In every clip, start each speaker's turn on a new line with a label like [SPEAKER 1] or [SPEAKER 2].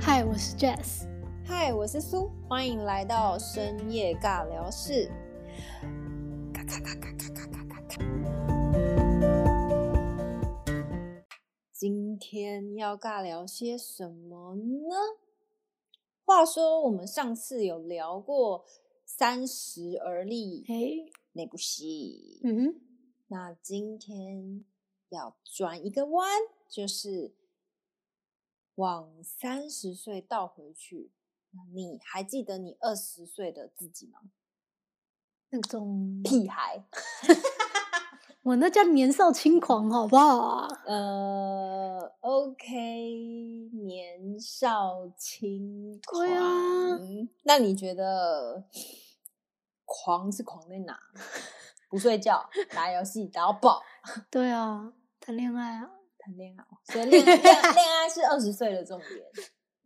[SPEAKER 1] 嗨，我是 Jess。
[SPEAKER 2] 嗨，我是苏，欢迎来到深夜尬聊室。咔咔咔咔咔咔咔咔咔。今天要尬聊些什么呢？话说，我们上次有聊过《三十而立》
[SPEAKER 1] 诶，
[SPEAKER 2] 那部戏，
[SPEAKER 1] 哎嗯哼，
[SPEAKER 2] 那今天要转一个弯，就是往三十岁倒回去。那你还记得你二十岁的自己吗？
[SPEAKER 1] 那种
[SPEAKER 2] 屁孩，
[SPEAKER 1] 我那叫年少轻狂，好不好啊？
[SPEAKER 2] 呃，OK，年少轻狂。
[SPEAKER 1] 对啊
[SPEAKER 2] 那你觉得狂是狂在哪？不睡觉，打游戏打到爆，
[SPEAKER 1] 对啊，谈恋爱啊，
[SPEAKER 2] 谈恋爱，哦所以恋恋恋爱是二十岁的重 点。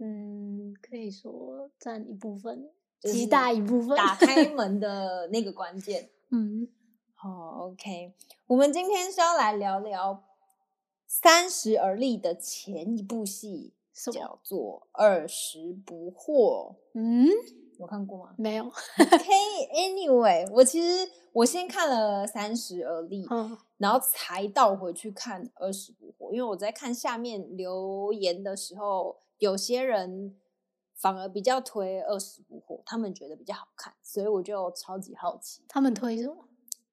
[SPEAKER 1] 嗯，可以说占一部分，
[SPEAKER 2] 就
[SPEAKER 1] 极
[SPEAKER 2] 是
[SPEAKER 1] 大 一部分。
[SPEAKER 2] 打开门的那个关键。
[SPEAKER 1] 嗯，
[SPEAKER 2] 好，OK，我们今天是要来聊聊《三十而立》的前一部戏，
[SPEAKER 1] 什么？
[SPEAKER 2] 叫做《二十不惑》，
[SPEAKER 1] 嗯，
[SPEAKER 2] 有看过 吗
[SPEAKER 1] 没有。
[SPEAKER 2] ？OK，Anyway，、我其实我先看了《三十而立》，
[SPEAKER 1] 嗯，
[SPEAKER 2] 然后才倒回去看《二十不惑》，因为我在看下面留言的时候，有些人反而比较推《二十不惑》，他们觉得比较好看，所以我就超级好奇。
[SPEAKER 1] 他们推什么？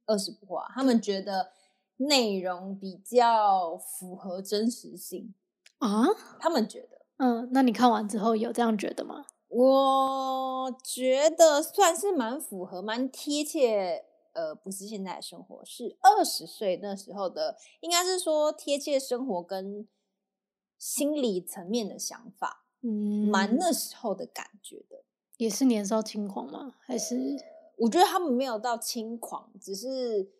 [SPEAKER 2] 二十不惑啊，他们觉得内容比较符合真实性，
[SPEAKER 1] 啊？
[SPEAKER 2] 他们觉得。
[SPEAKER 1] 嗯，那你看完之后有这样觉得吗？
[SPEAKER 2] 我觉得算是蛮符合、蛮贴切，呃，不是现在的生活，是二十岁那时候的，应该是说贴切生活跟心理层面的想法，
[SPEAKER 1] 嗯，
[SPEAKER 2] 蛮那时候的感觉的。
[SPEAKER 1] 也是年少轻狂吗？还是
[SPEAKER 2] 我觉得他们没有到轻狂，只是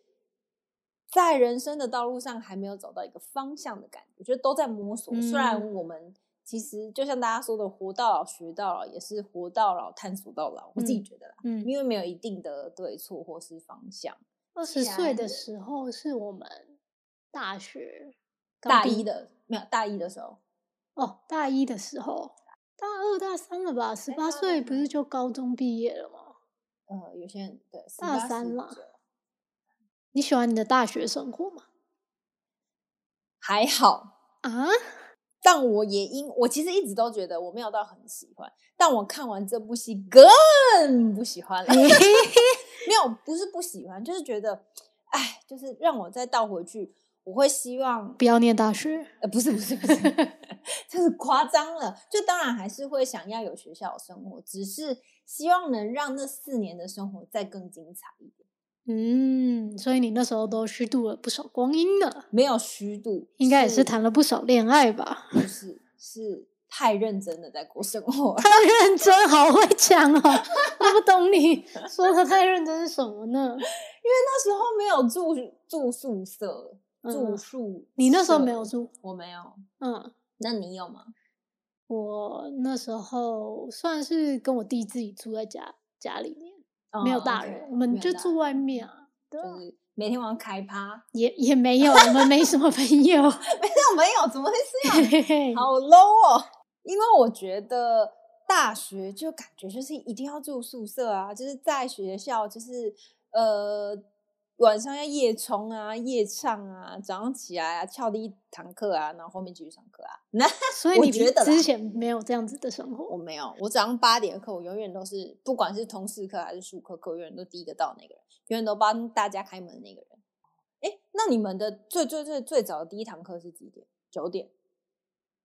[SPEAKER 2] 在人生的道路上还没有找到一个方向的感觉，觉得都在摸索。虽然
[SPEAKER 1] 嗯
[SPEAKER 2] 我们其实就像大家说的，活到老学到老，也是活到老探索到老。我自己
[SPEAKER 1] 嗯
[SPEAKER 2] 觉得啦，
[SPEAKER 1] 嗯，
[SPEAKER 2] 因为没有一定的对错或是方向。
[SPEAKER 1] 二十
[SPEAKER 2] 家
[SPEAKER 1] 岁的
[SPEAKER 2] 人
[SPEAKER 1] 时候是我们大学刚
[SPEAKER 2] 大
[SPEAKER 1] 毕
[SPEAKER 2] 一的没有，大一的时候，
[SPEAKER 1] 哦，大一的时候，大二大三了吧？十
[SPEAKER 2] 哎
[SPEAKER 1] 八
[SPEAKER 2] 大二
[SPEAKER 1] 岁
[SPEAKER 2] 大
[SPEAKER 1] 不是就高中毕业了吗？
[SPEAKER 2] 呃，有些人对
[SPEAKER 1] 大
[SPEAKER 2] 18
[SPEAKER 1] 三
[SPEAKER 2] 19
[SPEAKER 1] 啦你喜欢你的大学生活吗？
[SPEAKER 2] 还好，
[SPEAKER 1] 啊，
[SPEAKER 2] 但我也因我其实一直都觉得我没有到很喜欢，但我看完这部戏更不喜欢了。 没有，不是不喜欢，就是觉得，哎，就是让我再倒回去，我会希望，
[SPEAKER 1] 不要念大学，
[SPEAKER 2] 呃，不是不是不 是，就是夸张了。就当然还是会想要有学校生活，只是希望能让那四年的生活再更精彩一点，
[SPEAKER 1] 嗯，所以你那时候都虚度了不少光阴呢，
[SPEAKER 2] 没有虚度，
[SPEAKER 1] 应该也是谈了不少恋爱吧？
[SPEAKER 2] 不是是太认真的在过生活了。
[SPEAKER 1] 太认真，好会讲哦，我不懂 你说的太认真是什么呢？
[SPEAKER 2] 那时候没有住住宿舍，住
[SPEAKER 1] 嗯
[SPEAKER 2] 宿、
[SPEAKER 1] 你那时候没有？住，
[SPEAKER 2] 我没有。
[SPEAKER 1] 嗯。
[SPEAKER 2] 那你有吗？
[SPEAKER 1] 我那时候算是跟我弟自己住在家家里面，没有
[SPEAKER 2] 嗯
[SPEAKER 1] 大
[SPEAKER 2] ，OK，
[SPEAKER 1] 人，我
[SPEAKER 2] 没
[SPEAKER 1] 们
[SPEAKER 2] 有
[SPEAKER 1] 就
[SPEAKER 2] 大
[SPEAKER 1] 住
[SPEAKER 2] 人
[SPEAKER 1] 外面啊，对啊
[SPEAKER 2] 就是每天晚上开趴，
[SPEAKER 1] 也也没有，我们没什么朋友。
[SPEAKER 2] 没有，怎么会是
[SPEAKER 1] 嘿嘿嘿
[SPEAKER 2] 好 low 哦！因为我觉得大学就感觉就是一定要住宿舍啊，就是在学校就是呃晚上要夜冲啊、夜唱啊，早上起来啊翘第一堂课啊，然后后面继续上课啊。那
[SPEAKER 1] 所以
[SPEAKER 2] 我
[SPEAKER 1] 你
[SPEAKER 2] 觉得啦
[SPEAKER 1] 之前没有这样子的生
[SPEAKER 2] 我
[SPEAKER 1] 活，
[SPEAKER 2] 没有，我早上八点的课，我永远都是不管是通识课还是数科课，我永远都第一个到的那个人，永远都帮大家开门的那个人。哎，那你们的最最最最早的第一堂课是几点？九点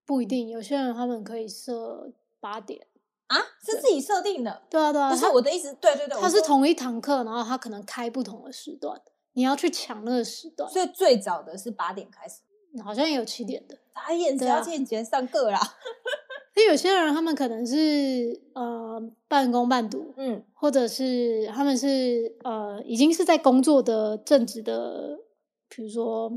[SPEAKER 1] 不一定。有些人他们可以设八点，
[SPEAKER 2] 啊？是自己设定的？
[SPEAKER 1] 对啊对啊，
[SPEAKER 2] 不是
[SPEAKER 1] 他
[SPEAKER 2] 我的意思，对对对，
[SPEAKER 1] 他
[SPEAKER 2] 我
[SPEAKER 1] 是
[SPEAKER 2] 说
[SPEAKER 1] 同一堂课，然后他可能开不同的时段，你要去抢那个时段，
[SPEAKER 2] 所以最早的是八点开始，
[SPEAKER 1] 好像也有七点的。
[SPEAKER 2] 眨眼只
[SPEAKER 1] 对
[SPEAKER 2] 要
[SPEAKER 1] 啊
[SPEAKER 2] 七点前上课啦。
[SPEAKER 1] 那有些人他们可能是呃半工半读，
[SPEAKER 2] 嗯，
[SPEAKER 1] 或者是他们是呃已经是在工作的正职的，比如说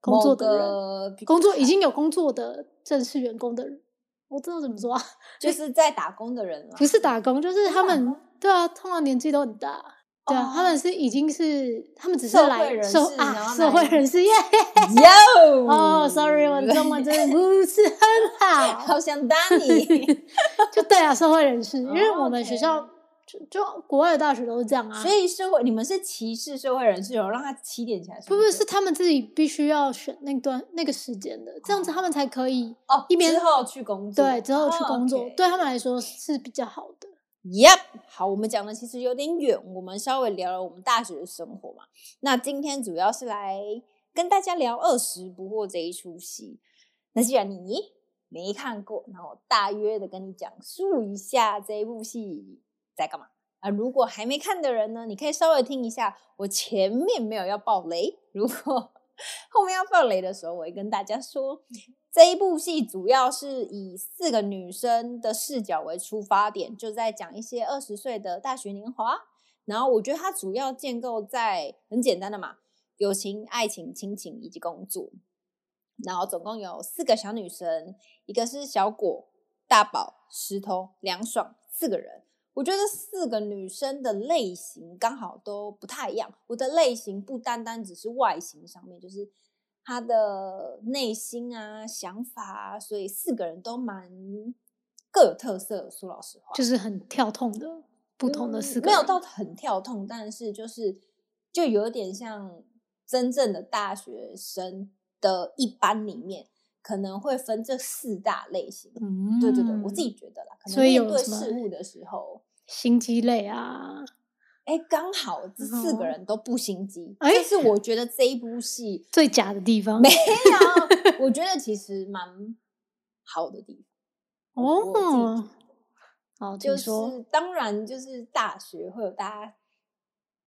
[SPEAKER 1] 工作的人，
[SPEAKER 2] 人
[SPEAKER 1] 工作已经有工作的正式员工的人，我不知道怎么说、啊，
[SPEAKER 2] 就是在打工的人了
[SPEAKER 1] 不。是打工，就是他
[SPEAKER 2] 打哦
[SPEAKER 1] 们对啊，通常年纪都很大，对啊，他们是已经是他们只是
[SPEAKER 2] 社
[SPEAKER 1] 来
[SPEAKER 2] 会人
[SPEAKER 1] 社
[SPEAKER 2] 士然
[SPEAKER 1] 啊
[SPEAKER 2] 后
[SPEAKER 1] 社
[SPEAKER 2] 来
[SPEAKER 1] 会人士耶。
[SPEAKER 2] 哟
[SPEAKER 1] 哦，sorry，我的 中文真的不是很好。
[SPEAKER 2] 好想打 你。
[SPEAKER 1] 就对啊，社会人士，因为
[SPEAKER 2] 哦
[SPEAKER 1] 我们学
[SPEAKER 2] ，OK
[SPEAKER 1] 校就就国外的大学都是这样啊。
[SPEAKER 2] 所以社会，你们是歧视社会人士，哦有让他七点起来上
[SPEAKER 1] 不不
[SPEAKER 2] 课？
[SPEAKER 1] 是他们自己必须要选那段那个时间的，这样子他们才可以
[SPEAKER 2] 哦，
[SPEAKER 1] 一边
[SPEAKER 2] 之后去工作，
[SPEAKER 1] 对之后去
[SPEAKER 2] 哦
[SPEAKER 1] 工作，
[SPEAKER 2] ，OK
[SPEAKER 1] 对他们来说是比较好的。
[SPEAKER 2] Yep，好，我们讲的其实有点远，我们稍微聊了我们大学的生活嘛。那今天主要是来跟大家聊《二十不惑》这一出戏。那既然你没看过，那我大约的跟你讲述一下这一部戏在干嘛啊。如果还没看的人呢，你可以稍微听一下，我前面没有要爆雷，如果 后面要爆雷的时候，我会跟大家说。这一部戏主要是以四个女生的视角为出发点，就在讲一些二十岁的大学年华。然后我觉得它主要建构在很简单的嘛，友情、爱情、亲情以及工作。然后总共有四个小女生，一个是小果、大宝、石头、凉爽，四个人。我觉得四个女生的类型刚好都不太一样。我的类型不单单只是外形上面，就是她的内心啊、想法啊，所以四个人都蛮各有特色。说老实话，
[SPEAKER 1] 就是很跳痛的不同的四
[SPEAKER 2] 嗯
[SPEAKER 1] 个
[SPEAKER 2] 没
[SPEAKER 1] 人、
[SPEAKER 2] 有到很跳痛，但是就是就有点像真正的大学生的一班里面，可能会分这四大类型。
[SPEAKER 1] 嗯，
[SPEAKER 2] 对对对，我自己觉得啦，可能
[SPEAKER 1] 所以
[SPEAKER 2] 面
[SPEAKER 1] 有
[SPEAKER 2] 对
[SPEAKER 1] 什么
[SPEAKER 2] 事物的时候，
[SPEAKER 1] 心机类啊，
[SPEAKER 2] 哎，刚好这四个
[SPEAKER 1] 哦
[SPEAKER 2] 人都不心机，
[SPEAKER 1] 哎
[SPEAKER 2] 这是我觉得这一部戏
[SPEAKER 1] 最假的地方
[SPEAKER 2] 没有，我觉得其实蛮好的地方。我自己
[SPEAKER 1] 哦。好，
[SPEAKER 2] 就
[SPEAKER 1] 请
[SPEAKER 2] 是
[SPEAKER 1] 说。
[SPEAKER 2] 当然就是大学会有大家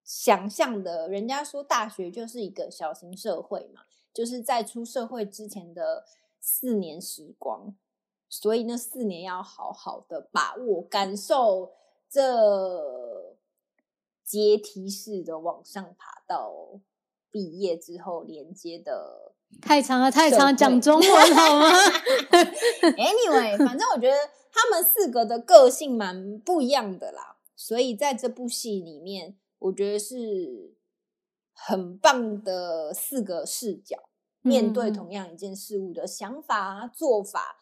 [SPEAKER 2] 想象的，人家说大学就是一个小型社会嘛，就是在出社会之前的四年时光，所以那四年要好好的把握，感受这阶梯式的往上爬到毕业之后连接的
[SPEAKER 1] 太长了，太长了，
[SPEAKER 2] 社
[SPEAKER 1] 讲
[SPEAKER 2] 会
[SPEAKER 1] 中文好吗？
[SPEAKER 2] Anyway，反正我觉得他们四个的个性蛮不一样的啦，所以在这部戏里面，我觉得是很棒的四个视角， 面对
[SPEAKER 1] 嗯
[SPEAKER 2] 同样一件事物的想法、啊、做法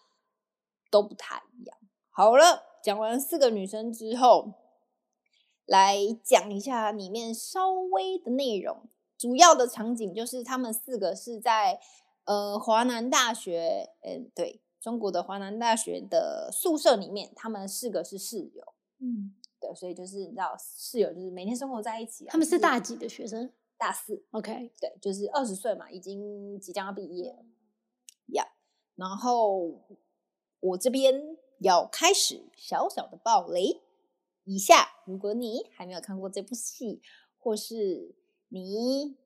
[SPEAKER 2] 都不太一样。好了，讲完四个女生之后，来讲一下里面稍微的内容。主要的场景就是他们四个是在呃华南大学，嗯，对，中国的华南大学的宿舍里面，他们四个是室友，
[SPEAKER 1] 嗯，
[SPEAKER 2] 对，所以就是你知道室友就是每天生活在一起、啊。
[SPEAKER 1] 他们
[SPEAKER 2] 就是
[SPEAKER 1] 大几的学生
[SPEAKER 2] 大四，
[SPEAKER 1] ？OK，
[SPEAKER 2] 对，就是二十岁嘛，已经即将要毕业了呀。然后我这边要开始小小的爆雷以下，如果你还没有看过这部戏，或是你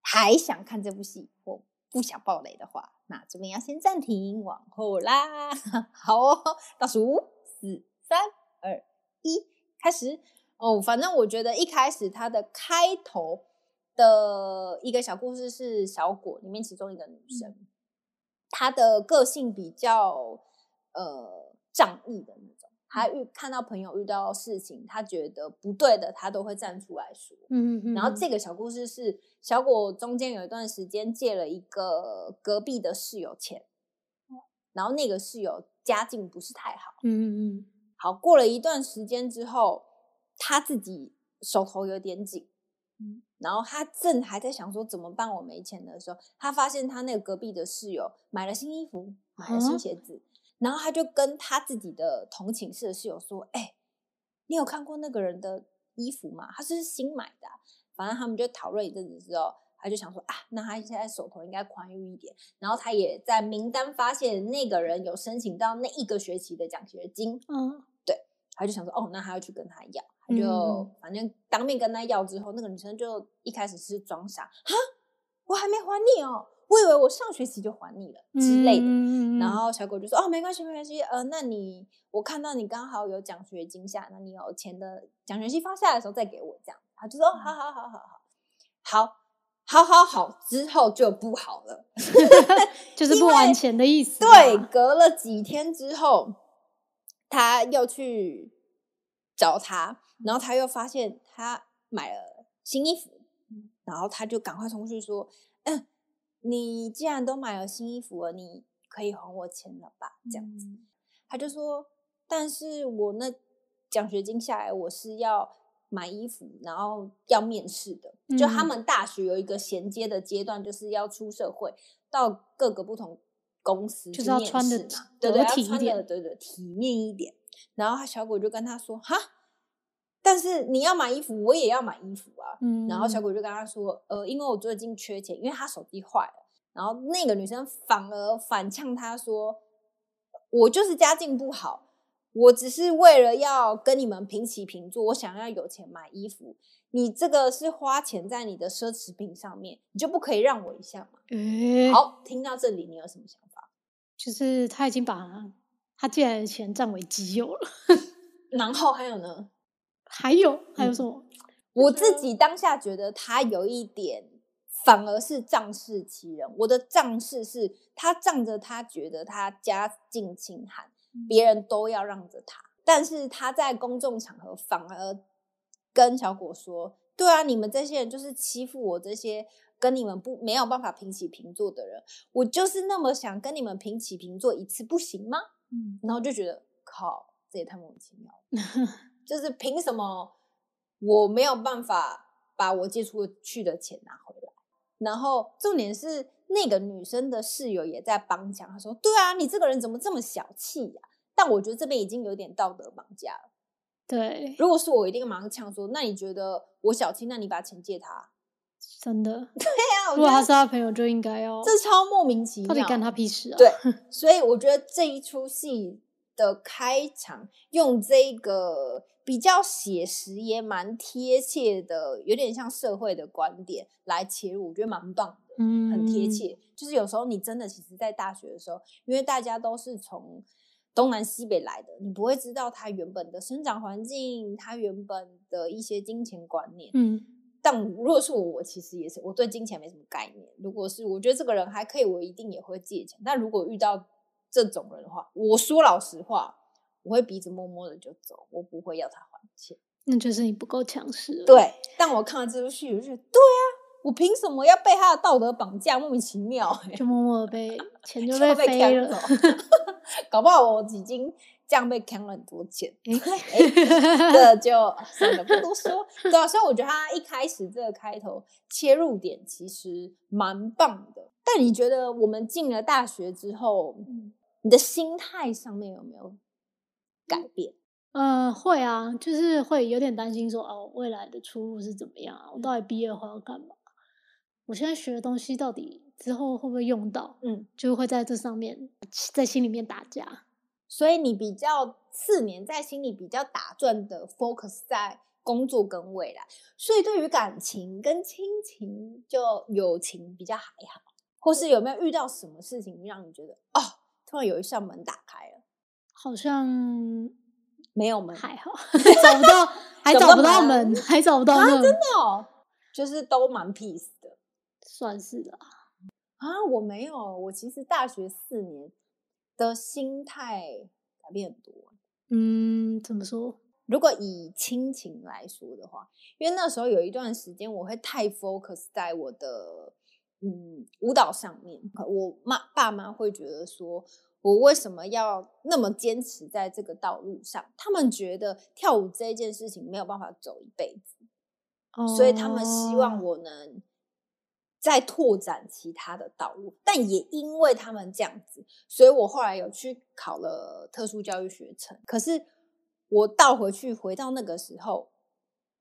[SPEAKER 2] 还想看这部戏或不想爆雷的话，那这边要先暂停，往后啦。 好哦，倒数四、三、二、一，开始。哦，反正我觉得一开始它的开头的一个小故事是小果里面其中一个女生，她的个性比较呃仗义的那种，她遇看到朋友遇到事情，她觉得不对的，她都会站出来说。
[SPEAKER 1] 嗯，嗯
[SPEAKER 2] 然后
[SPEAKER 1] 嗯
[SPEAKER 2] 这个小故事是小果中间有一段时间借了一个隔壁的室友钱，然后那个室友家境不是太好。
[SPEAKER 1] 嗯嗯
[SPEAKER 2] 好，过了一段时间之后，他自己手头有点紧，嗯，然后他正还在想说怎么办，我没钱的时候，他发现他那个隔壁的室友买了新衣服，买了新
[SPEAKER 1] 嗯
[SPEAKER 2] 鞋子，然后他就跟他自己的同寝室的室友说：“哎、你有看过那个人的衣服吗？他是新买的啊、反正他们就讨论一阵子之后。他就想说啊，那他现在手头应该宽裕一点，然后他也在名单发现那个人有申请到那一个学期的奖学金，
[SPEAKER 1] 嗯
[SPEAKER 2] 他就想说，哦，那他要去跟他要，他就、
[SPEAKER 1] 嗯
[SPEAKER 2] 反正当面跟他要之后，那个女生就一开始是装傻，哈，我还没还你哦，我以为我上学期就还你了
[SPEAKER 1] 嗯
[SPEAKER 2] 之类的。
[SPEAKER 1] 嗯嗯嗯
[SPEAKER 2] 然
[SPEAKER 1] 嗯
[SPEAKER 2] 后小 狗就说：“哦，没关系，没关系，呃，那你我看到你刚好有奖学金下，那你有钱的奖学金发下来的时候再给我，这样。”他就说：“哦，好好好好好，好，好好好。”之后就不好了。
[SPEAKER 1] 就是
[SPEAKER 2] 因
[SPEAKER 1] 不
[SPEAKER 2] 为
[SPEAKER 1] 完全的意思嘛。
[SPEAKER 2] 对，隔了几天之后，他又去找他，然后他又发现他他买了新衣服，然后他就赶快冲去说：“嗯，你既然都买了新衣服了，你可以还我钱了吧？”
[SPEAKER 1] 嗯
[SPEAKER 2] 这样子，他就说：“但是我那奖学金下来，我是要买衣服，然后要面试的。就他
[SPEAKER 1] 嗯
[SPEAKER 2] 们大学有一个衔接的阶段，就是要出社会，到各个不同公司
[SPEAKER 1] 就
[SPEAKER 2] 去
[SPEAKER 1] 是要
[SPEAKER 2] 面
[SPEAKER 1] 穿得
[SPEAKER 2] 试嘛，对对，
[SPEAKER 1] 得
[SPEAKER 2] 要
[SPEAKER 1] 体一
[SPEAKER 2] 穿
[SPEAKER 1] 点
[SPEAKER 2] 得对对体面一点。”然后他小狗就跟他说：“哈，但是你要买衣服，我也要买衣服啊。”
[SPEAKER 1] 嗯，
[SPEAKER 2] 然后小狗就跟他说：“呃，因为我最近缺钱，因为他手机坏了。”然后那个女生反而反呛他说：“我就是家境不好，我只是为了要跟你们平起平坐，我想要有钱买衣服。你这个是花钱在你的奢侈品上面，你就不可以让我一下嘛？”
[SPEAKER 1] 诶，
[SPEAKER 2] 好，听到这里你有什么想法？
[SPEAKER 1] 就是他已经把他借来的钱占为己有了。
[SPEAKER 2] 然后还有呢？
[SPEAKER 1] 还有还有
[SPEAKER 2] 嗯
[SPEAKER 1] 什么？
[SPEAKER 2] 我
[SPEAKER 1] 觉
[SPEAKER 2] 自
[SPEAKER 1] 得
[SPEAKER 2] 己当下觉得他有一点，反而是仗势欺人。我的仗势是他仗着他觉得他家境清寒，别人都要让着他，但是他在公众场合反而跟小果说：“对啊，你们这些人就是欺负我这些。”跟你们不没有办法平起平坐的人，我就是那么想跟你们平起平坐一次，不行吗？
[SPEAKER 1] 嗯，
[SPEAKER 2] 然后就觉得靠，这也太莫名其妙了，就是凭什么我没有办法把我借出去的钱拿回来？然后重点是那个女生的室友也在帮腔，她说：“对啊，你这个人怎么这么小气呀、但我觉得这边已经有点道德绑架了。
[SPEAKER 1] 对，
[SPEAKER 2] 如果是我，一定马上呛说：“那你觉得我小气？那你把钱借他啊。
[SPEAKER 1] 真的。
[SPEAKER 2] 对啊，我
[SPEAKER 1] 如果
[SPEAKER 2] 觉
[SPEAKER 1] 他
[SPEAKER 2] 得
[SPEAKER 1] 是他朋友，就应该要
[SPEAKER 2] 这超莫名其
[SPEAKER 1] 到
[SPEAKER 2] 妙。
[SPEAKER 1] 底干他屁事啊？
[SPEAKER 2] 对所以我觉得这一出戏的开场用这个比较写实也蛮贴切的，有点像社会的观点来切入，我觉得蛮棒的，
[SPEAKER 1] 嗯，
[SPEAKER 2] 很贴切。就是有时候你真的其实，在大学的时候，因为大家都是从东南西北来的，你不会知道他原本的生长环境，他原本的一些金钱观念。
[SPEAKER 1] 嗯，
[SPEAKER 2] 但如果是我，我其实也是我对金钱没什么概念。如果是我觉得这个人还可以，我一定也会借钱。但如果遇到这种人的话，我说老实话，我会鼻子摸摸的就走，我不会要他还钱。
[SPEAKER 1] 那就是你不够强势。，
[SPEAKER 2] 对，但我看了这部剧，我就觉得对啊，我凭什么要被他的道德绑架？莫名其妙、欸，
[SPEAKER 1] 就默默地被钱就
[SPEAKER 2] 就
[SPEAKER 1] 被
[SPEAKER 2] 被
[SPEAKER 1] 飞
[SPEAKER 2] 抢
[SPEAKER 1] 了。
[SPEAKER 2] 走 搞不好我已经这样被坑了很多钱。
[SPEAKER 1] 诶
[SPEAKER 2] 这就算了，不多说。对啊，所以我觉得他一开始这个开头切入点其实蛮棒的。但你觉得我们进了大学之后，
[SPEAKER 1] 嗯
[SPEAKER 2] 你的心态上面有没有改变？
[SPEAKER 1] 呃，会啊，就是会有点担心说，哦，未来的出路是怎么样啊？我到底毕业后要干嘛？我现在学的东西到底之后会不会用到？
[SPEAKER 2] 嗯，
[SPEAKER 1] 就会在这上面在心里面打架。
[SPEAKER 2] 所以你比较四年在心里比较打转的 focus 在工作跟未来，所以对于感情跟亲情就友情比较还好，或是有没有遇到什么事情让你觉得哦，突然有一扇门打开了？
[SPEAKER 1] 好像
[SPEAKER 2] 没有门，
[SPEAKER 1] 还 好，找不到，还
[SPEAKER 2] 找不
[SPEAKER 1] 找不
[SPEAKER 2] 到
[SPEAKER 1] 到门，
[SPEAKER 2] 门
[SPEAKER 1] 还找不到
[SPEAKER 2] 啊
[SPEAKER 1] 门，
[SPEAKER 2] 哦，就是都蛮 peace 的
[SPEAKER 1] 算是的啊。
[SPEAKER 2] 啊。我没有，我其实大学四年的心态改变很多。
[SPEAKER 1] 嗯，怎么说？
[SPEAKER 2] 如果以亲情来说的话，因为那时候有一段时间我会太 focus 在我的嗯舞蹈上面，我妈爸妈会觉得说我为什么要那么坚持在这个道路上？他们觉得跳舞这件事情没有办法走一辈子。所以他们希望
[SPEAKER 1] 哦
[SPEAKER 2] 我能再拓展其他的道路。但也因为他们这样子，所以我后来有去考了特殊教育学程。可是我倒回去回到那个时候，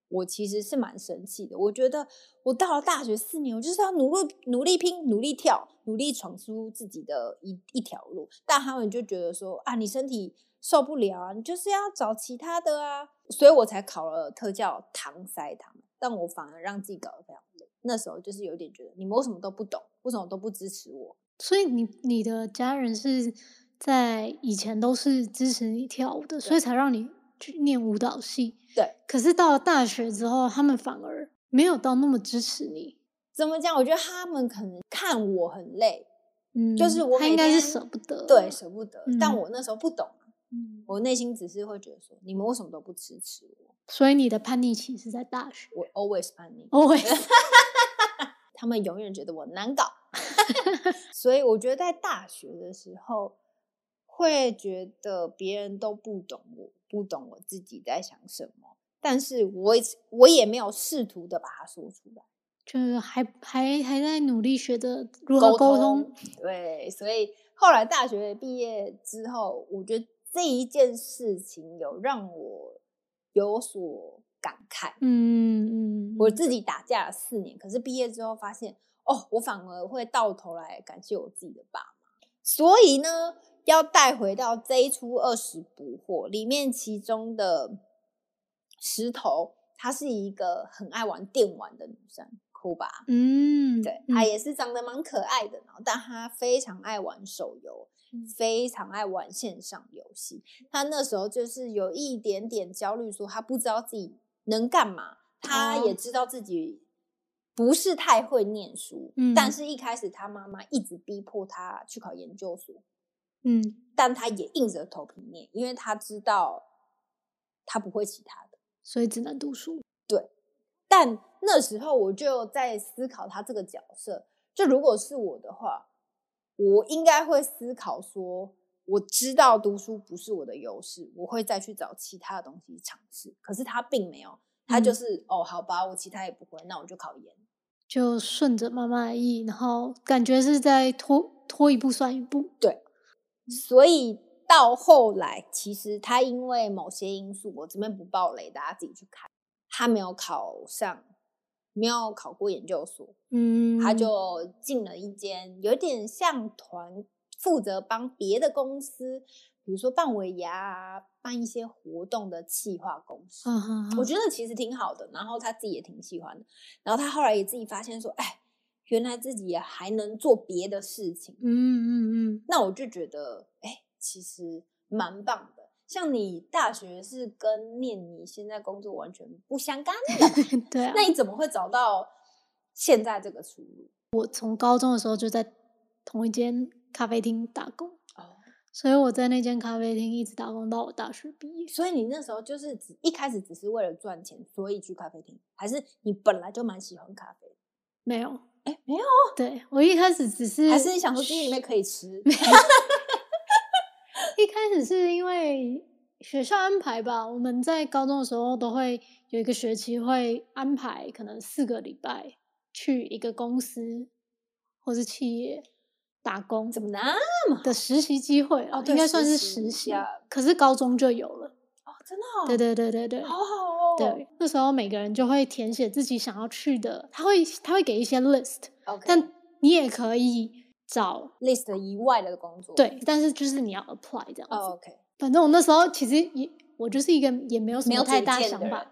[SPEAKER 2] 我其实是蛮生气的。我觉得我到了大学四年，我就是要努力努力拼、努力跳、努力闯出自己的一一条路。但他们就觉得说啊，你身体受不了啊，你就是要找其他的啊，所以我才考了特教搪塞他们。但我反而让自己搞得非常累。那时候就是有点觉得你们为什么都不懂，为什么都不支持我？
[SPEAKER 1] 所以你你的家人是在以前都是支持你跳舞的，所以才让你去念舞蹈系。
[SPEAKER 2] 对，
[SPEAKER 1] 可是到了大学之后，他们反而没有到那么支持你。
[SPEAKER 2] 怎么讲？我觉得他们可能看我很累，
[SPEAKER 1] 嗯，
[SPEAKER 2] 就是我
[SPEAKER 1] 他
[SPEAKER 2] 每
[SPEAKER 1] 应该是
[SPEAKER 2] 天
[SPEAKER 1] 舍不得。
[SPEAKER 2] 对，舍不得。但
[SPEAKER 1] 嗯
[SPEAKER 2] 我那时候不懂啊，
[SPEAKER 1] 嗯，
[SPEAKER 2] 我内心只是会觉得说，你们为什么都不支持我？
[SPEAKER 1] 所以你的叛逆期是在大学哦
[SPEAKER 2] 我 always 叛逆，
[SPEAKER 1] ，always
[SPEAKER 2] 他们永远觉得我难搞， 所以我觉得在大学的时候，会觉得别人都不懂我，不懂我自己在想什么，但是我也我也没有试图的把它说出来。
[SPEAKER 1] 就是还还还在努力学着如何沟通。
[SPEAKER 2] 对，所以后来大学毕业之后，我觉得这一件事情有让我有所感慨。
[SPEAKER 1] 嗯嗯，
[SPEAKER 2] 我自己打架了四年，可是毕业之后发现，哦，我反而会到头来感谢我自己的爸妈。所以呢，要带回到这一出二十捕获里面，其中的石头，她是一个很爱玩电玩的女生，哭吧。
[SPEAKER 1] 嗯，
[SPEAKER 2] 对，
[SPEAKER 1] 嗯
[SPEAKER 2] 她也是长得蛮可爱的，然后但她非常爱玩手游
[SPEAKER 1] 嗯，
[SPEAKER 2] 非常爱玩线上游戏。她那时候就是有一点点焦虑，说她不知道自己能干嘛，她也
[SPEAKER 1] 哦
[SPEAKER 2] 知道自己不是太会念书，
[SPEAKER 1] 嗯
[SPEAKER 2] 但是一开始她妈妈一直逼迫她去考研究所，
[SPEAKER 1] 嗯
[SPEAKER 2] 但她也硬着头皮念，因为她知道她不会其他的。
[SPEAKER 1] 所以只能读书。
[SPEAKER 2] 但那时候我就在思考他这个角色，就如果是我的话，我应该会思考说，我知道读书不是我的优势，我会再去找其他的东西尝试。可是他并没有，他就
[SPEAKER 1] 嗯
[SPEAKER 2] 是、哦，好吧，我其他也不会，那我就考研。
[SPEAKER 1] 就顺着妈妈的意，然后感觉是在拖拖一步算一步。
[SPEAKER 2] 所以到后来，其实他因为某些因素，我这边不爆雷，大家自己去看，他没有考上，没有考过研究所，
[SPEAKER 1] 嗯，
[SPEAKER 2] 他就进了一间有点像团，负责帮别的公司，比如说办尾牙啊，办一些活动的企划公司。
[SPEAKER 1] 嗯哼
[SPEAKER 2] 我
[SPEAKER 1] 哼，
[SPEAKER 2] 觉得其实挺好的，然后他自己也挺喜欢的，然后他后来也自己发现说，哎，原来自己也还能做别的事情，
[SPEAKER 1] 嗯嗯
[SPEAKER 2] 那我就觉得，哎，其实蛮棒的。像你大学是跟念你现在工作完全不相干的吧，
[SPEAKER 1] 嗯， 对啊。
[SPEAKER 2] 那你怎么会找到现在这个出路？
[SPEAKER 1] 从高中的时候就在同一间咖啡厅打工，
[SPEAKER 2] 哦，
[SPEAKER 1] 所以我在那间咖啡厅一直打工到我大学毕业。
[SPEAKER 2] 所以你那时候就是只一开始只是为了赚钱，所以去咖啡厅，还是你本来就蛮喜欢咖啡？
[SPEAKER 1] 没有，啊
[SPEAKER 2] 哎，没有，
[SPEAKER 1] 对我一开始只是
[SPEAKER 2] 还是你想说今天里面可以吃？
[SPEAKER 1] 一开始是因为学校安排吧，我们在高中的时候都会有一个学期会安排，可能四个礼拜去一个公司或是企业打工
[SPEAKER 2] 怎么呢？哦，
[SPEAKER 1] 的实习机会啦
[SPEAKER 2] 哦对
[SPEAKER 1] 应该算是
[SPEAKER 2] 实习
[SPEAKER 1] 实习
[SPEAKER 2] 呀，
[SPEAKER 1] 可是高中就有了。
[SPEAKER 2] 真的、哦，
[SPEAKER 1] 对，对对对对，
[SPEAKER 2] 好好哦。
[SPEAKER 1] 对，那时候每个人就会填写自己想要去的，他会他会给一些 list，
[SPEAKER 2] ，OK，
[SPEAKER 1] 但你也可以找
[SPEAKER 2] list 以外的工作，
[SPEAKER 1] 对，但是就是你要 apply 这样子。
[SPEAKER 2] 哦，OK，
[SPEAKER 1] 反正我那时候其实也我就是一个也没有什
[SPEAKER 2] 没
[SPEAKER 1] 么
[SPEAKER 2] 有
[SPEAKER 1] 太
[SPEAKER 2] 主
[SPEAKER 1] 大
[SPEAKER 2] 见
[SPEAKER 1] 想
[SPEAKER 2] 的
[SPEAKER 1] 法，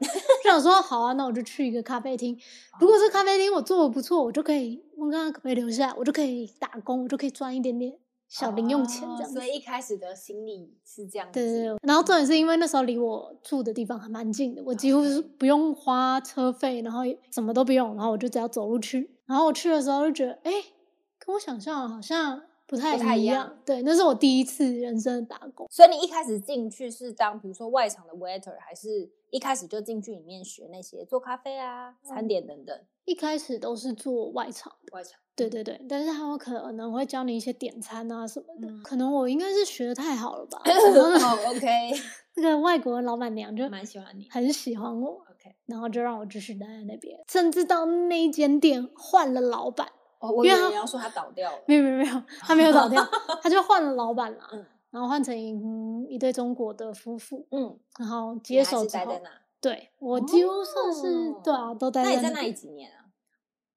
[SPEAKER 1] 就 想说好啊，那我就去一个咖啡厅。如
[SPEAKER 2] 哦
[SPEAKER 1] 果这咖啡厅我做的不错，我就可以问看看可不可以留下来，我就可以打工，我就可以赚一点点小零用钱
[SPEAKER 2] 哦
[SPEAKER 1] 这样子。
[SPEAKER 2] 所以一开始的心理是嗯这样子，
[SPEAKER 1] 对对对，然后重点是因为那时候离我住的地方还蛮近的，我几乎是不用花车费，然后也什么都不用，然后我就只要走路去。然后我去的时候就觉得，哎，跟我想象的好像不太
[SPEAKER 2] 不太一样
[SPEAKER 1] 样。对，那是我第一次人生的打工。
[SPEAKER 2] 所以你一开始进去是当比如说外场的 waiter，还是一开始就进去里面学那些做咖啡啊、
[SPEAKER 1] 嗯
[SPEAKER 2] 餐点等等？
[SPEAKER 1] 一开始都是做外场的，
[SPEAKER 2] 外场，
[SPEAKER 1] 对对对，但是他们可能会教你一些点餐啊什么的。
[SPEAKER 2] 嗯
[SPEAKER 1] 可能我应该是学的太好 了吧，然后
[SPEAKER 2] 哦，OK，
[SPEAKER 1] 那个外国老板娘就
[SPEAKER 2] 蛮喜欢你
[SPEAKER 1] 很喜欢我，
[SPEAKER 2] ，OK。
[SPEAKER 1] 然后就让我继续待在那边，甚至到那一间店换了老板。
[SPEAKER 2] 哦，我以
[SPEAKER 1] 因为
[SPEAKER 2] 为
[SPEAKER 1] 他
[SPEAKER 2] 你要说他倒掉了。
[SPEAKER 1] 没有没有没有，他没有 倒掉，他就换了老板啦，
[SPEAKER 2] 嗯
[SPEAKER 1] 然后换成一一对中国的夫妇，
[SPEAKER 2] 嗯，
[SPEAKER 1] 然后
[SPEAKER 2] 你
[SPEAKER 1] 接
[SPEAKER 2] 还
[SPEAKER 1] 手
[SPEAKER 2] 是
[SPEAKER 1] 之
[SPEAKER 2] 待在
[SPEAKER 1] 后，
[SPEAKER 2] 那。
[SPEAKER 1] 对我几乎算是、对啊，
[SPEAKER 2] 哦
[SPEAKER 1] 都待
[SPEAKER 2] 那
[SPEAKER 1] 在
[SPEAKER 2] 你在
[SPEAKER 1] 那
[SPEAKER 2] 那
[SPEAKER 1] 边
[SPEAKER 2] 里几年啊？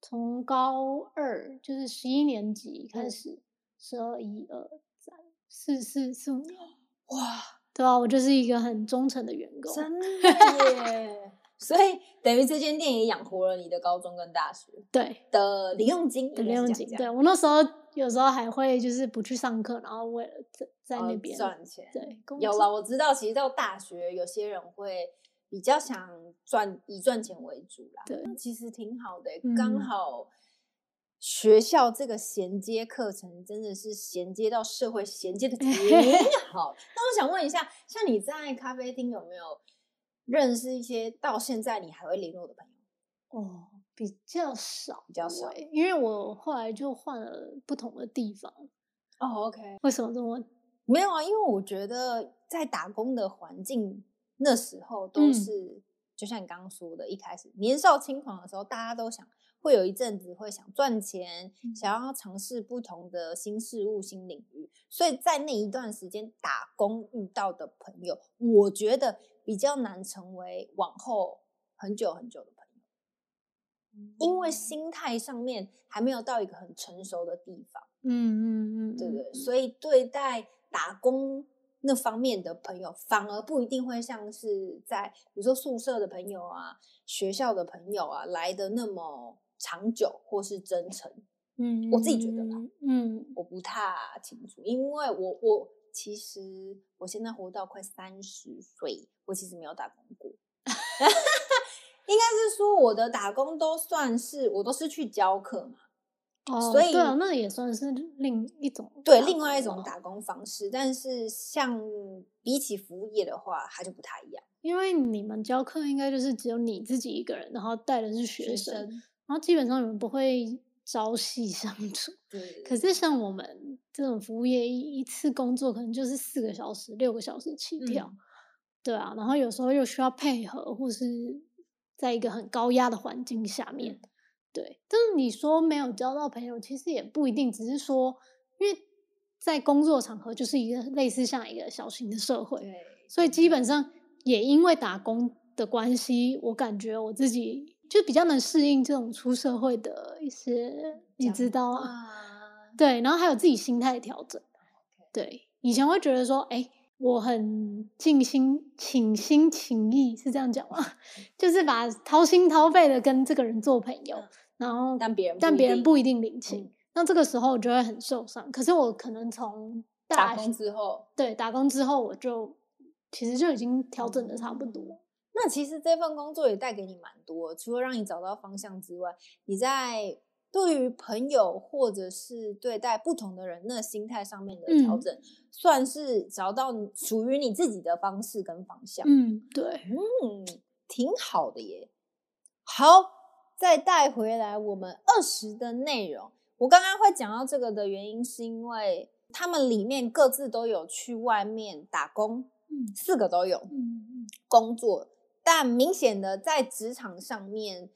[SPEAKER 1] 从高二就是十一年级开
[SPEAKER 2] 嗯
[SPEAKER 1] 始，十二一二三四四四五年，
[SPEAKER 2] 哇，
[SPEAKER 1] 对啊，我就是一个很忠诚的员工，
[SPEAKER 2] 真 的耶！所以等于这间店也养活了你的高中跟大学
[SPEAKER 1] 对
[SPEAKER 2] 的零用金，
[SPEAKER 1] 的
[SPEAKER 2] 应
[SPEAKER 1] 零
[SPEAKER 2] 该是
[SPEAKER 1] 用
[SPEAKER 2] 这
[SPEAKER 1] 金。
[SPEAKER 2] 样
[SPEAKER 1] 对
[SPEAKER 2] 讲
[SPEAKER 1] 我那时候有时候还会就是不去上课，然后为了在在那
[SPEAKER 2] 哦
[SPEAKER 1] 边、
[SPEAKER 2] 赚钱。
[SPEAKER 1] 对工
[SPEAKER 2] 有
[SPEAKER 1] 作
[SPEAKER 2] 了，我知道，其实到大学有些人会比较想赚以赚钱为主啦，
[SPEAKER 1] 对
[SPEAKER 2] 那其实挺好的欸、
[SPEAKER 1] 嗯
[SPEAKER 2] 刚好学校这个衔接课程真的是衔接到社会，衔接的挺好。那我想问一下，像你在咖啡厅有没有认识一些到现在你还会联络的朋友？
[SPEAKER 1] 哦，比较少，
[SPEAKER 2] 比较少。
[SPEAKER 1] 因为我后来就换了不同的地方。
[SPEAKER 2] 哦，OK，
[SPEAKER 1] 为什么这么问？
[SPEAKER 2] 没有啊，因为我觉得在打工的环境那时候都
[SPEAKER 1] 嗯
[SPEAKER 2] 是，就像你刚刚说的，一开始年少轻狂的时候，大家都想会有一阵子会想赚钱，
[SPEAKER 1] 嗯
[SPEAKER 2] 想要尝试不同的新事物、新领域，所以在那一段时间打工遇到的朋友，我觉得比较难成为往后很久很久的朋友，
[SPEAKER 1] 嗯
[SPEAKER 2] 因为心态上面还没有到一个很成熟的地方。
[SPEAKER 1] 嗯嗯嗯，
[SPEAKER 2] 对不对？
[SPEAKER 1] 嗯
[SPEAKER 2] 所以对待打工那方面的朋友，反而不一定会像是在比如说宿舍的朋友啊、学校的朋友啊来的那么长久或是真诚。
[SPEAKER 1] 嗯，
[SPEAKER 2] 我自己觉得啦
[SPEAKER 1] 嗯，嗯，
[SPEAKER 2] 我不太清楚，因为我我其实我现在活到快三十岁，我其实没有打工过。 应该是说我的打工都算是我都是去教课嘛，
[SPEAKER 1] 哦，
[SPEAKER 2] 所以
[SPEAKER 1] 对啊，那也算是另一种
[SPEAKER 2] 对，
[SPEAKER 1] 打
[SPEAKER 2] 另外一
[SPEAKER 1] 工
[SPEAKER 2] 种
[SPEAKER 1] 啊
[SPEAKER 2] 打工方式，但是像比起服务业的话，它就不太一样。
[SPEAKER 1] 因为你们教课应该就是只有你自己一个人，然后带的是学生，然后基本上你们不会朝夕相处。
[SPEAKER 2] 对，
[SPEAKER 1] 可是像我们这种服务业，一一次工作可能就是四个小时、六个小时起跳，
[SPEAKER 2] 嗯
[SPEAKER 1] 对啊，然后有时候又需要配合，或是在一个很高压的环境下面，对。但是你说没有交到朋友，其实也不一定，只是说因为在工作场合就是一个类似像一个小型的社会，
[SPEAKER 2] 对，
[SPEAKER 1] 所以基本上也因为打工的关系，我感觉我自己就比较能适应这种出社会的一些，你
[SPEAKER 2] 讲
[SPEAKER 1] 知道啊，
[SPEAKER 2] 啊，
[SPEAKER 1] 对，然后还有自己心态的调整。啊对，以前会觉得说，哎，我很尽心、倾心倾意，是这样讲吗？ 就是把掏心掏肺的跟这个人做朋友，
[SPEAKER 2] 嗯
[SPEAKER 1] 然后
[SPEAKER 2] 但别人不
[SPEAKER 1] 但
[SPEAKER 2] 一
[SPEAKER 1] 别人
[SPEAKER 2] 定
[SPEAKER 1] 不一定领情，
[SPEAKER 2] 嗯
[SPEAKER 1] 那这个时候我就会很受伤。可是我可能从
[SPEAKER 2] 打
[SPEAKER 1] 大学
[SPEAKER 2] 工之后，
[SPEAKER 1] 对，打工之后我就其实就已经调整的差不
[SPEAKER 2] 哦
[SPEAKER 1] 多。
[SPEAKER 2] 那其实这份工作也带给你蛮多，除了让你找到方向之外，你在对于朋友或者是对待不同的人那心态上面的调
[SPEAKER 1] 嗯
[SPEAKER 2] 整，算是找到你属于你自己的方式跟方向。
[SPEAKER 1] 嗯，对，
[SPEAKER 2] 嗯，挺好的耶。好，再带回来我们二十的内容。我刚刚会讲到这个的原因，是因为他们里面各自都有去外面打工，
[SPEAKER 1] 嗯
[SPEAKER 2] 四个都有
[SPEAKER 1] 嗯
[SPEAKER 2] 工作，但明显的在职场上面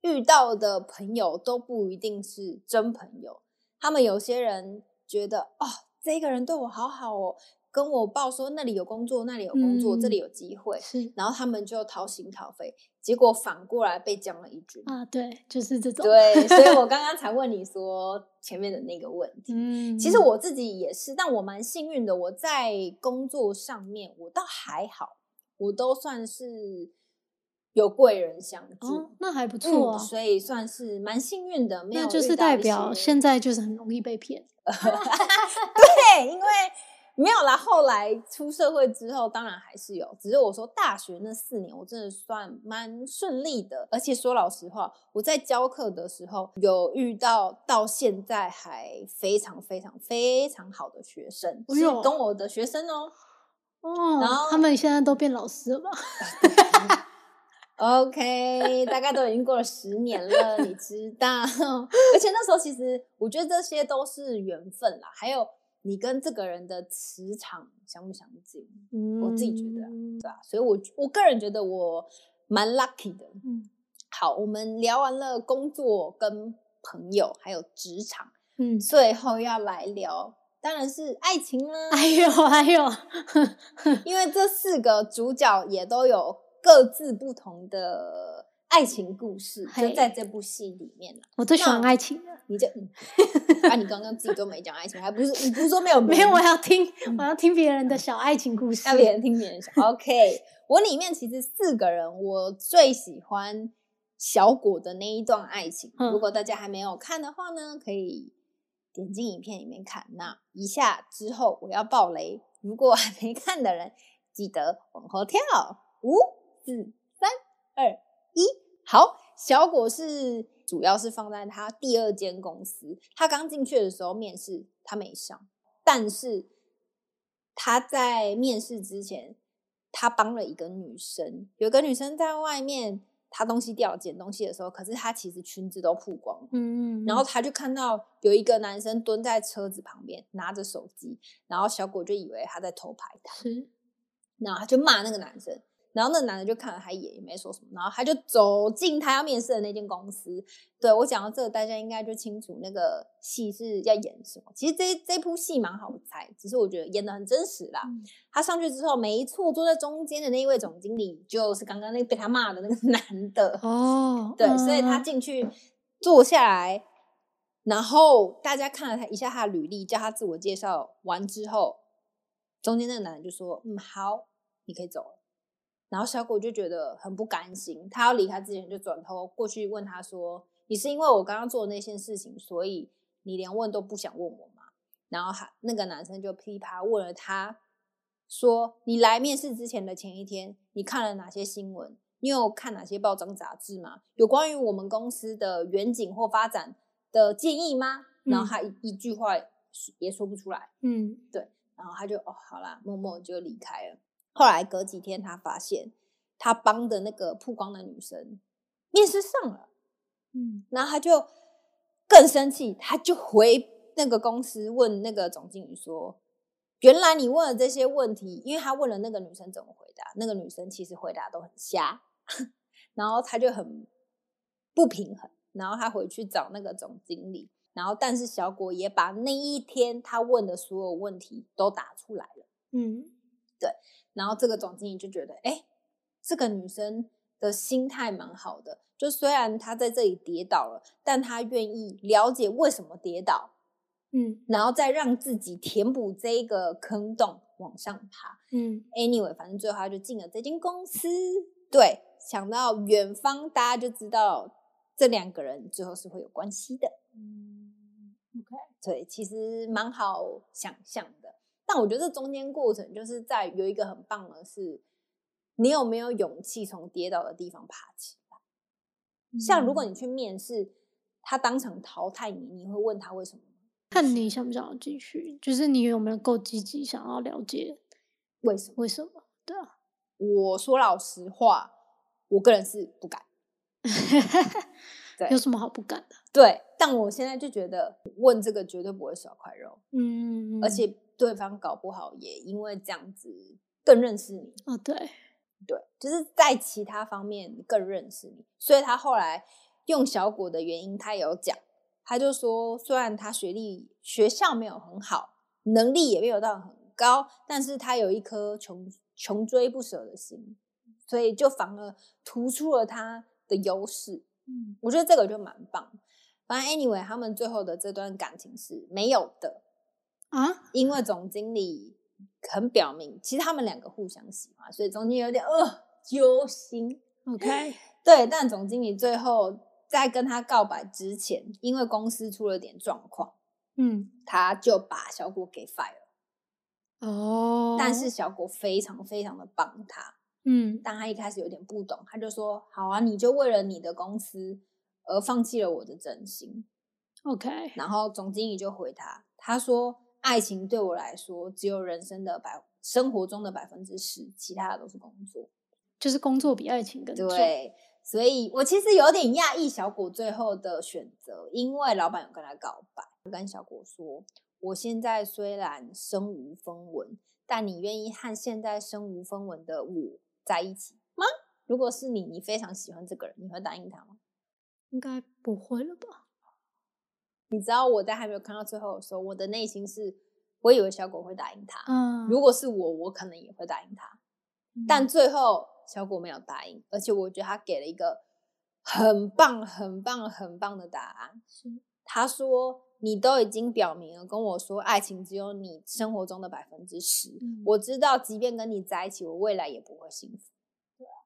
[SPEAKER 2] 遇到的朋友都不一定是真朋友。他们有些人觉得哦，这个人对我好好哦，跟我报说那里有工作，那里有工作，这
[SPEAKER 1] 嗯
[SPEAKER 2] 里有机会
[SPEAKER 1] 嗯，，是
[SPEAKER 2] 然后他们就掏心掏肺，结果反过来被讲了一句。
[SPEAKER 1] 啊，对，就是这种。，
[SPEAKER 2] 对，所以我刚刚才问你说前面的那个问题。
[SPEAKER 1] 嗯，
[SPEAKER 2] 其实我自己也是，但我蛮幸运的，我在工作上面我倒还好，我都算是有贵人相助。
[SPEAKER 1] 哦，那还不错
[SPEAKER 2] 嗯，
[SPEAKER 1] 啊，
[SPEAKER 2] 所以算是蛮幸运的，没有
[SPEAKER 1] 那就
[SPEAKER 2] 遇
[SPEAKER 1] 是
[SPEAKER 2] 到
[SPEAKER 1] 代
[SPEAKER 2] 一
[SPEAKER 1] 表
[SPEAKER 2] 些
[SPEAKER 1] 现在就是很容易被骗。
[SPEAKER 2] 对，因为没有啦。后来出社会之后，当然还是有，只是我说大学那四年，我真的算蛮顺利的。而且说老实话，我在教课的时候有遇到到现在还非常非常非常好的学生，
[SPEAKER 1] 哎
[SPEAKER 2] 是
[SPEAKER 1] 呦
[SPEAKER 2] 跟我的学生哦、
[SPEAKER 1] 哦
[SPEAKER 2] 然后，
[SPEAKER 1] 他们现在都变老师了吧？
[SPEAKER 2] OK，大概都已经过了十年了，你知道。而且那时候其实我觉得这些都是缘分啦，还有你跟这个人的磁场相不相近，
[SPEAKER 1] 嗯，
[SPEAKER 2] 我自己觉得啊对吧、所以我我个人觉得我蛮 lucky 的。
[SPEAKER 1] 嗯
[SPEAKER 2] 好，我们聊完了工作、跟朋友，还有职场，
[SPEAKER 1] 嗯，
[SPEAKER 2] 最后要来聊，当然是爱情啦。
[SPEAKER 1] 哎呦哎呦，
[SPEAKER 2] 因为这四个主角也都有各自不同的爱情故事，就
[SPEAKER 1] 嘿
[SPEAKER 2] 在这部戏里面 啦
[SPEAKER 1] 我最喜欢
[SPEAKER 2] 那
[SPEAKER 1] 爱情了。
[SPEAKER 2] 你就，嗯啊，你刚刚自己都没讲爱情，还不是你不是说没 有
[SPEAKER 1] 没有，
[SPEAKER 2] 名
[SPEAKER 1] 我要听
[SPEAKER 2] 嗯，
[SPEAKER 1] 我要听别人的小爱情故事。
[SPEAKER 2] 要别人听别人讲。OK，我里面其实四个人，我最喜欢小果的那一段爱情。
[SPEAKER 1] 嗯
[SPEAKER 2] 如果大家还没有看的话呢，可以点进影片里面看。那一下之后我要爆雷，如果还没看的人，记得往后跳。五、四、三、二、一，好。小果是主要是放在他第二间公司。他刚进去的时候面试他没上，但是他在面试之前，他帮了一个女生，有个女生在外面，她东西掉捡东西的时候，可是她其实裙子都曝光了。
[SPEAKER 1] 嗯嗯，
[SPEAKER 2] 然后他就看到有一个男生蹲在车子旁边拿着手机，然后小果就以为他在偷拍他，
[SPEAKER 1] 是
[SPEAKER 2] 然后他就骂那个男生，然后那个男的就看了他一眼也没说什么，然后他就走进他要面试的那间公司。对我讲到这个，大家应该就清楚那个戏是要演什么。其实这这部戏蛮好猜，只是我觉得演的很真实啦。
[SPEAKER 1] 嗯
[SPEAKER 2] 他上去之后，没错，坐在中间的那一位总经理就是刚刚那个被他骂的那个 男的。
[SPEAKER 1] 哦，
[SPEAKER 2] 对，所以他
[SPEAKER 1] 嗯
[SPEAKER 2] 进去坐下来，然后大家看了他一下他的履历，叫他自我介绍完之后，中间那个男的就说：“嗯，好，你可以走了。”然后小果就觉得很不甘心，他要离开之前就转头过去问他说：“你是因为我刚刚做的那件事情，所以你连问都不想问我吗？”然后他那个男生就噼里啪啦问了他，说：“你来面试之前的前一天，你看了哪些新闻？你有看哪些报章杂志吗？有关于我们公司的远景或发展的建议吗？”然后他一一句话也说不出来，
[SPEAKER 1] 嗯
[SPEAKER 2] 然后他就哦，好啦，默默就离开了。后来隔几天，他发现他帮的那个曝光的女生面试上了。
[SPEAKER 1] 嗯
[SPEAKER 2] 然后他就更生气，他就回那个公司问那个总经理说：“原来你问了这些问题，因为他问了那个女生怎么回答，那个女生其实回答都很瞎， 然后他就很不平衡，然后他回去找那个总经理，然后但是小果也把那一天他问的所有问题都打出来了。”
[SPEAKER 1] 嗯
[SPEAKER 2] 然后这个总经理就觉得，哎，这个女生的心态蛮好的，就虽然她在这里跌倒了，但她愿意了解为什么跌倒，
[SPEAKER 1] 嗯
[SPEAKER 2] 然后再让自己填补这一个坑洞往上爬。
[SPEAKER 1] 嗯
[SPEAKER 2] Anyway，反正最后她就进了这间公司。对，想到远方，大家就知道这两个人最后是会有关系的。
[SPEAKER 1] 嗯，OK，
[SPEAKER 2] 对，其实蛮好想象的。但我觉得这中间过程就是在有一个很棒的是，你有没有勇气从跌倒的地方爬起来？像如果
[SPEAKER 1] 嗯
[SPEAKER 2] 你去面试，他当场淘汰你，你会问他为什么吗？
[SPEAKER 1] 看你想不想要继续，就是你有没有够积极想要了解
[SPEAKER 2] 为什么？
[SPEAKER 1] 为什么？对啊，
[SPEAKER 2] 我说老实话，我个人是不敢。对
[SPEAKER 1] 有什么好不敢的？
[SPEAKER 2] 对，但我现在就觉得问这个绝对不会少块肉，
[SPEAKER 1] 嗯，
[SPEAKER 2] 而且对方搞不好也因为这样子更认识你。
[SPEAKER 1] 哦，对，
[SPEAKER 2] 对，就是在其他方面更认识你，所以他后来用小果的原因，他有讲，他就说，虽然他学历学校没有很好，能力也没有到很高，但是他有一颗穷穷追不舍的心，所以就反而突出了他的优势。
[SPEAKER 1] 嗯
[SPEAKER 2] 我觉得这个就蛮棒。反正 anyway，他们最后的这段感情是没有的，
[SPEAKER 1] 啊，
[SPEAKER 2] 因为总经理很表明，其实他们两个互相喜欢，所以总经理有点呃揪心。
[SPEAKER 1] OK，
[SPEAKER 2] 对，但总经理最后在跟他告白之前，因为公司出了点状况，
[SPEAKER 1] 嗯，
[SPEAKER 2] 他就把小果给 fire 了。
[SPEAKER 1] 哦，
[SPEAKER 2] 但是，小果非常非常的帮他，
[SPEAKER 1] 嗯
[SPEAKER 2] 但他一开始有点不懂，他就说：“好啊，你就为了你的公司而放弃了我的真心。”
[SPEAKER 1] ，OK，
[SPEAKER 2] 然后总经理就回他，他说：“爱情对我来说，只有人生的百生活中的百分之十，其他的都是工作。
[SPEAKER 1] 就是工作比爱情”更重，
[SPEAKER 2] 对，所以我其实有点讶异小果最后的选择，因为老板有跟他告白，跟小果说：“我现在虽然身无分文，但你愿意和现在身无分文的我在一起吗？如果是你，你非常喜欢这个人，你会答应他吗？”
[SPEAKER 1] 应该不会了吧？
[SPEAKER 2] 你知道我在还没有看到最后的时候，我的内心是，我以为小果会答应他。
[SPEAKER 1] 嗯，
[SPEAKER 2] 如果是我，我可能也会答应他。但
[SPEAKER 1] 嗯
[SPEAKER 2] 最后小果没有答应，而且我觉得他给了一个很棒、很棒、很棒的答案。
[SPEAKER 1] 是
[SPEAKER 2] 他说：“你都已经表明了跟我说，爱情只有你生活中的百分之十。
[SPEAKER 1] 嗯
[SPEAKER 2] 我知道，即便跟你在一起，我未来也不会幸福。”对啊，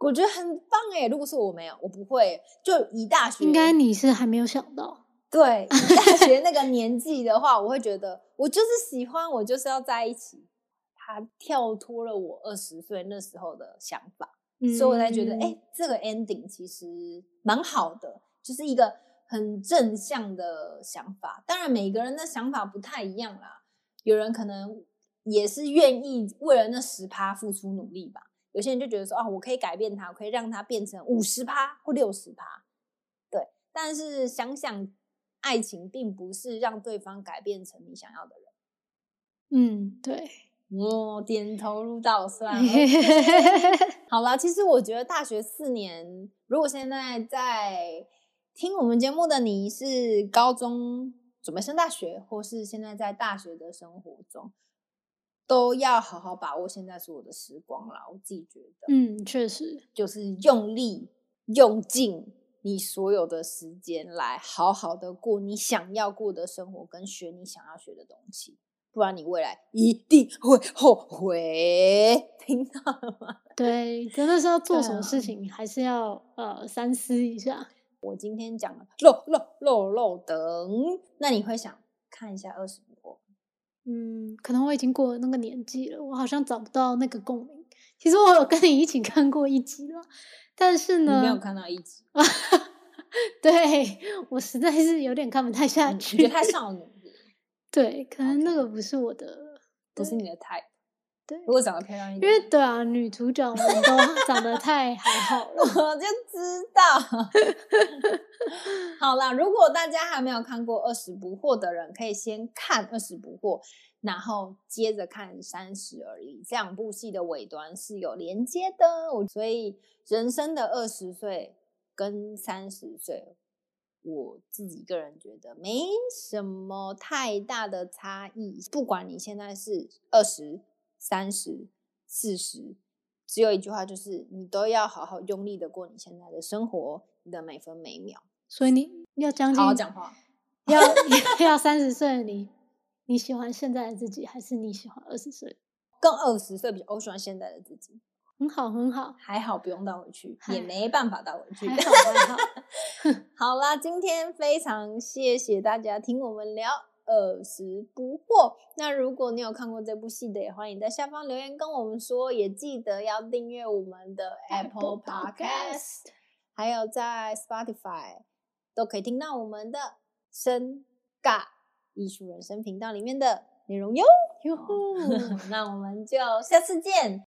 [SPEAKER 2] 我觉得很棒哎、如果是我没有，我不会欸。就以大学
[SPEAKER 1] 应该你是还没有想到，
[SPEAKER 2] 对以大学那个年纪的话，我会觉得我就是喜欢，我就是要在一起。他跳脱了我二十岁那时候的想法，所以我才觉得，哎、
[SPEAKER 1] 嗯
[SPEAKER 2] 这个 ending 其实蛮好的。就是一个很正向的想法。当然，每个人的想法不太一样啦，有人可能也是愿意为了那十趴付出努力吧。有些人就觉得说啊，我可以改变它，我可以让它变成五十趴或六十趴。对，但是想想，爱情并不是让对方改变成你想要的人。
[SPEAKER 1] 嗯，对，
[SPEAKER 2] 哦，点头如捣 蒜。OK 好啦，其实我觉得大学四年，如果现在在听我们节目的你是高中准备升大学，或是现在在大学的生活中，都要好好把握现在所有的时光啦。我自己觉得，
[SPEAKER 1] 嗯，确实，
[SPEAKER 2] 就是用力用尽你所有的时间来好好的过你想要过的生活，跟学你想要学的东西。不然你未来一定会后悔， 听到了吗？
[SPEAKER 1] 对，真的是要做什么
[SPEAKER 2] 对啊
[SPEAKER 1] 事情，还是要呃三思一下。
[SPEAKER 2] 我今天讲了漏漏漏漏等，那你会想看一下二十五哦后？
[SPEAKER 1] 嗯，可能我已经过了那个年纪了，我好像找不到那个共鸣。其实我有跟你一起看过一集了，但是
[SPEAKER 2] 你
[SPEAKER 1] 呢，
[SPEAKER 2] 没有看到一集，
[SPEAKER 1] 对我实在是有点看不太下
[SPEAKER 2] 嗯你
[SPEAKER 1] 去。
[SPEAKER 2] 觉得太少女 了，
[SPEAKER 1] 对，可能那
[SPEAKER 2] OK
[SPEAKER 1] 个不是我的，
[SPEAKER 2] 不是你的 type。
[SPEAKER 1] 对，
[SPEAKER 2] 如果长得漂亮一
[SPEAKER 1] 因
[SPEAKER 2] 点，
[SPEAKER 1] 为对啊，女主角们都长得太还好了。
[SPEAKER 2] 我就知道。 好啦，如果大家还没有看过《二十不惑》的人，可以先看《二十不惑》，然后接着看《三十而已》。这两部戏的尾端是有连接的，我所以人生的二十岁跟三十岁，我自己个人觉得没什么太大的差异。不管你现在是二十、三十、四十，只有一句话，就是你都要好好用力的过你现在的生活，你的每分每秒。
[SPEAKER 1] 所以你要将近
[SPEAKER 2] 好好讲话，
[SPEAKER 1] 要 要三十岁的你，你喜欢现在的自己，还是你喜欢二十岁？
[SPEAKER 2] 跟二十岁比较，我喜欢现在的自己，
[SPEAKER 1] 很好，很好，
[SPEAKER 2] 还好不用倒回去，
[SPEAKER 1] 嗨
[SPEAKER 2] 也没办法倒回去
[SPEAKER 1] 还。好，还好。
[SPEAKER 2] 好啦，今天非常谢谢大家听我们聊。二十不惑。那如果你有看过这部戏的，也欢迎在下方留言跟我们说，也记得要订阅我们的 Apple Podcast，还有在 Spotify 都可以听到我们的深尬艺 术人生频道里面的内容哟。
[SPEAKER 1] 哟呼！
[SPEAKER 2] 那我们就下次见，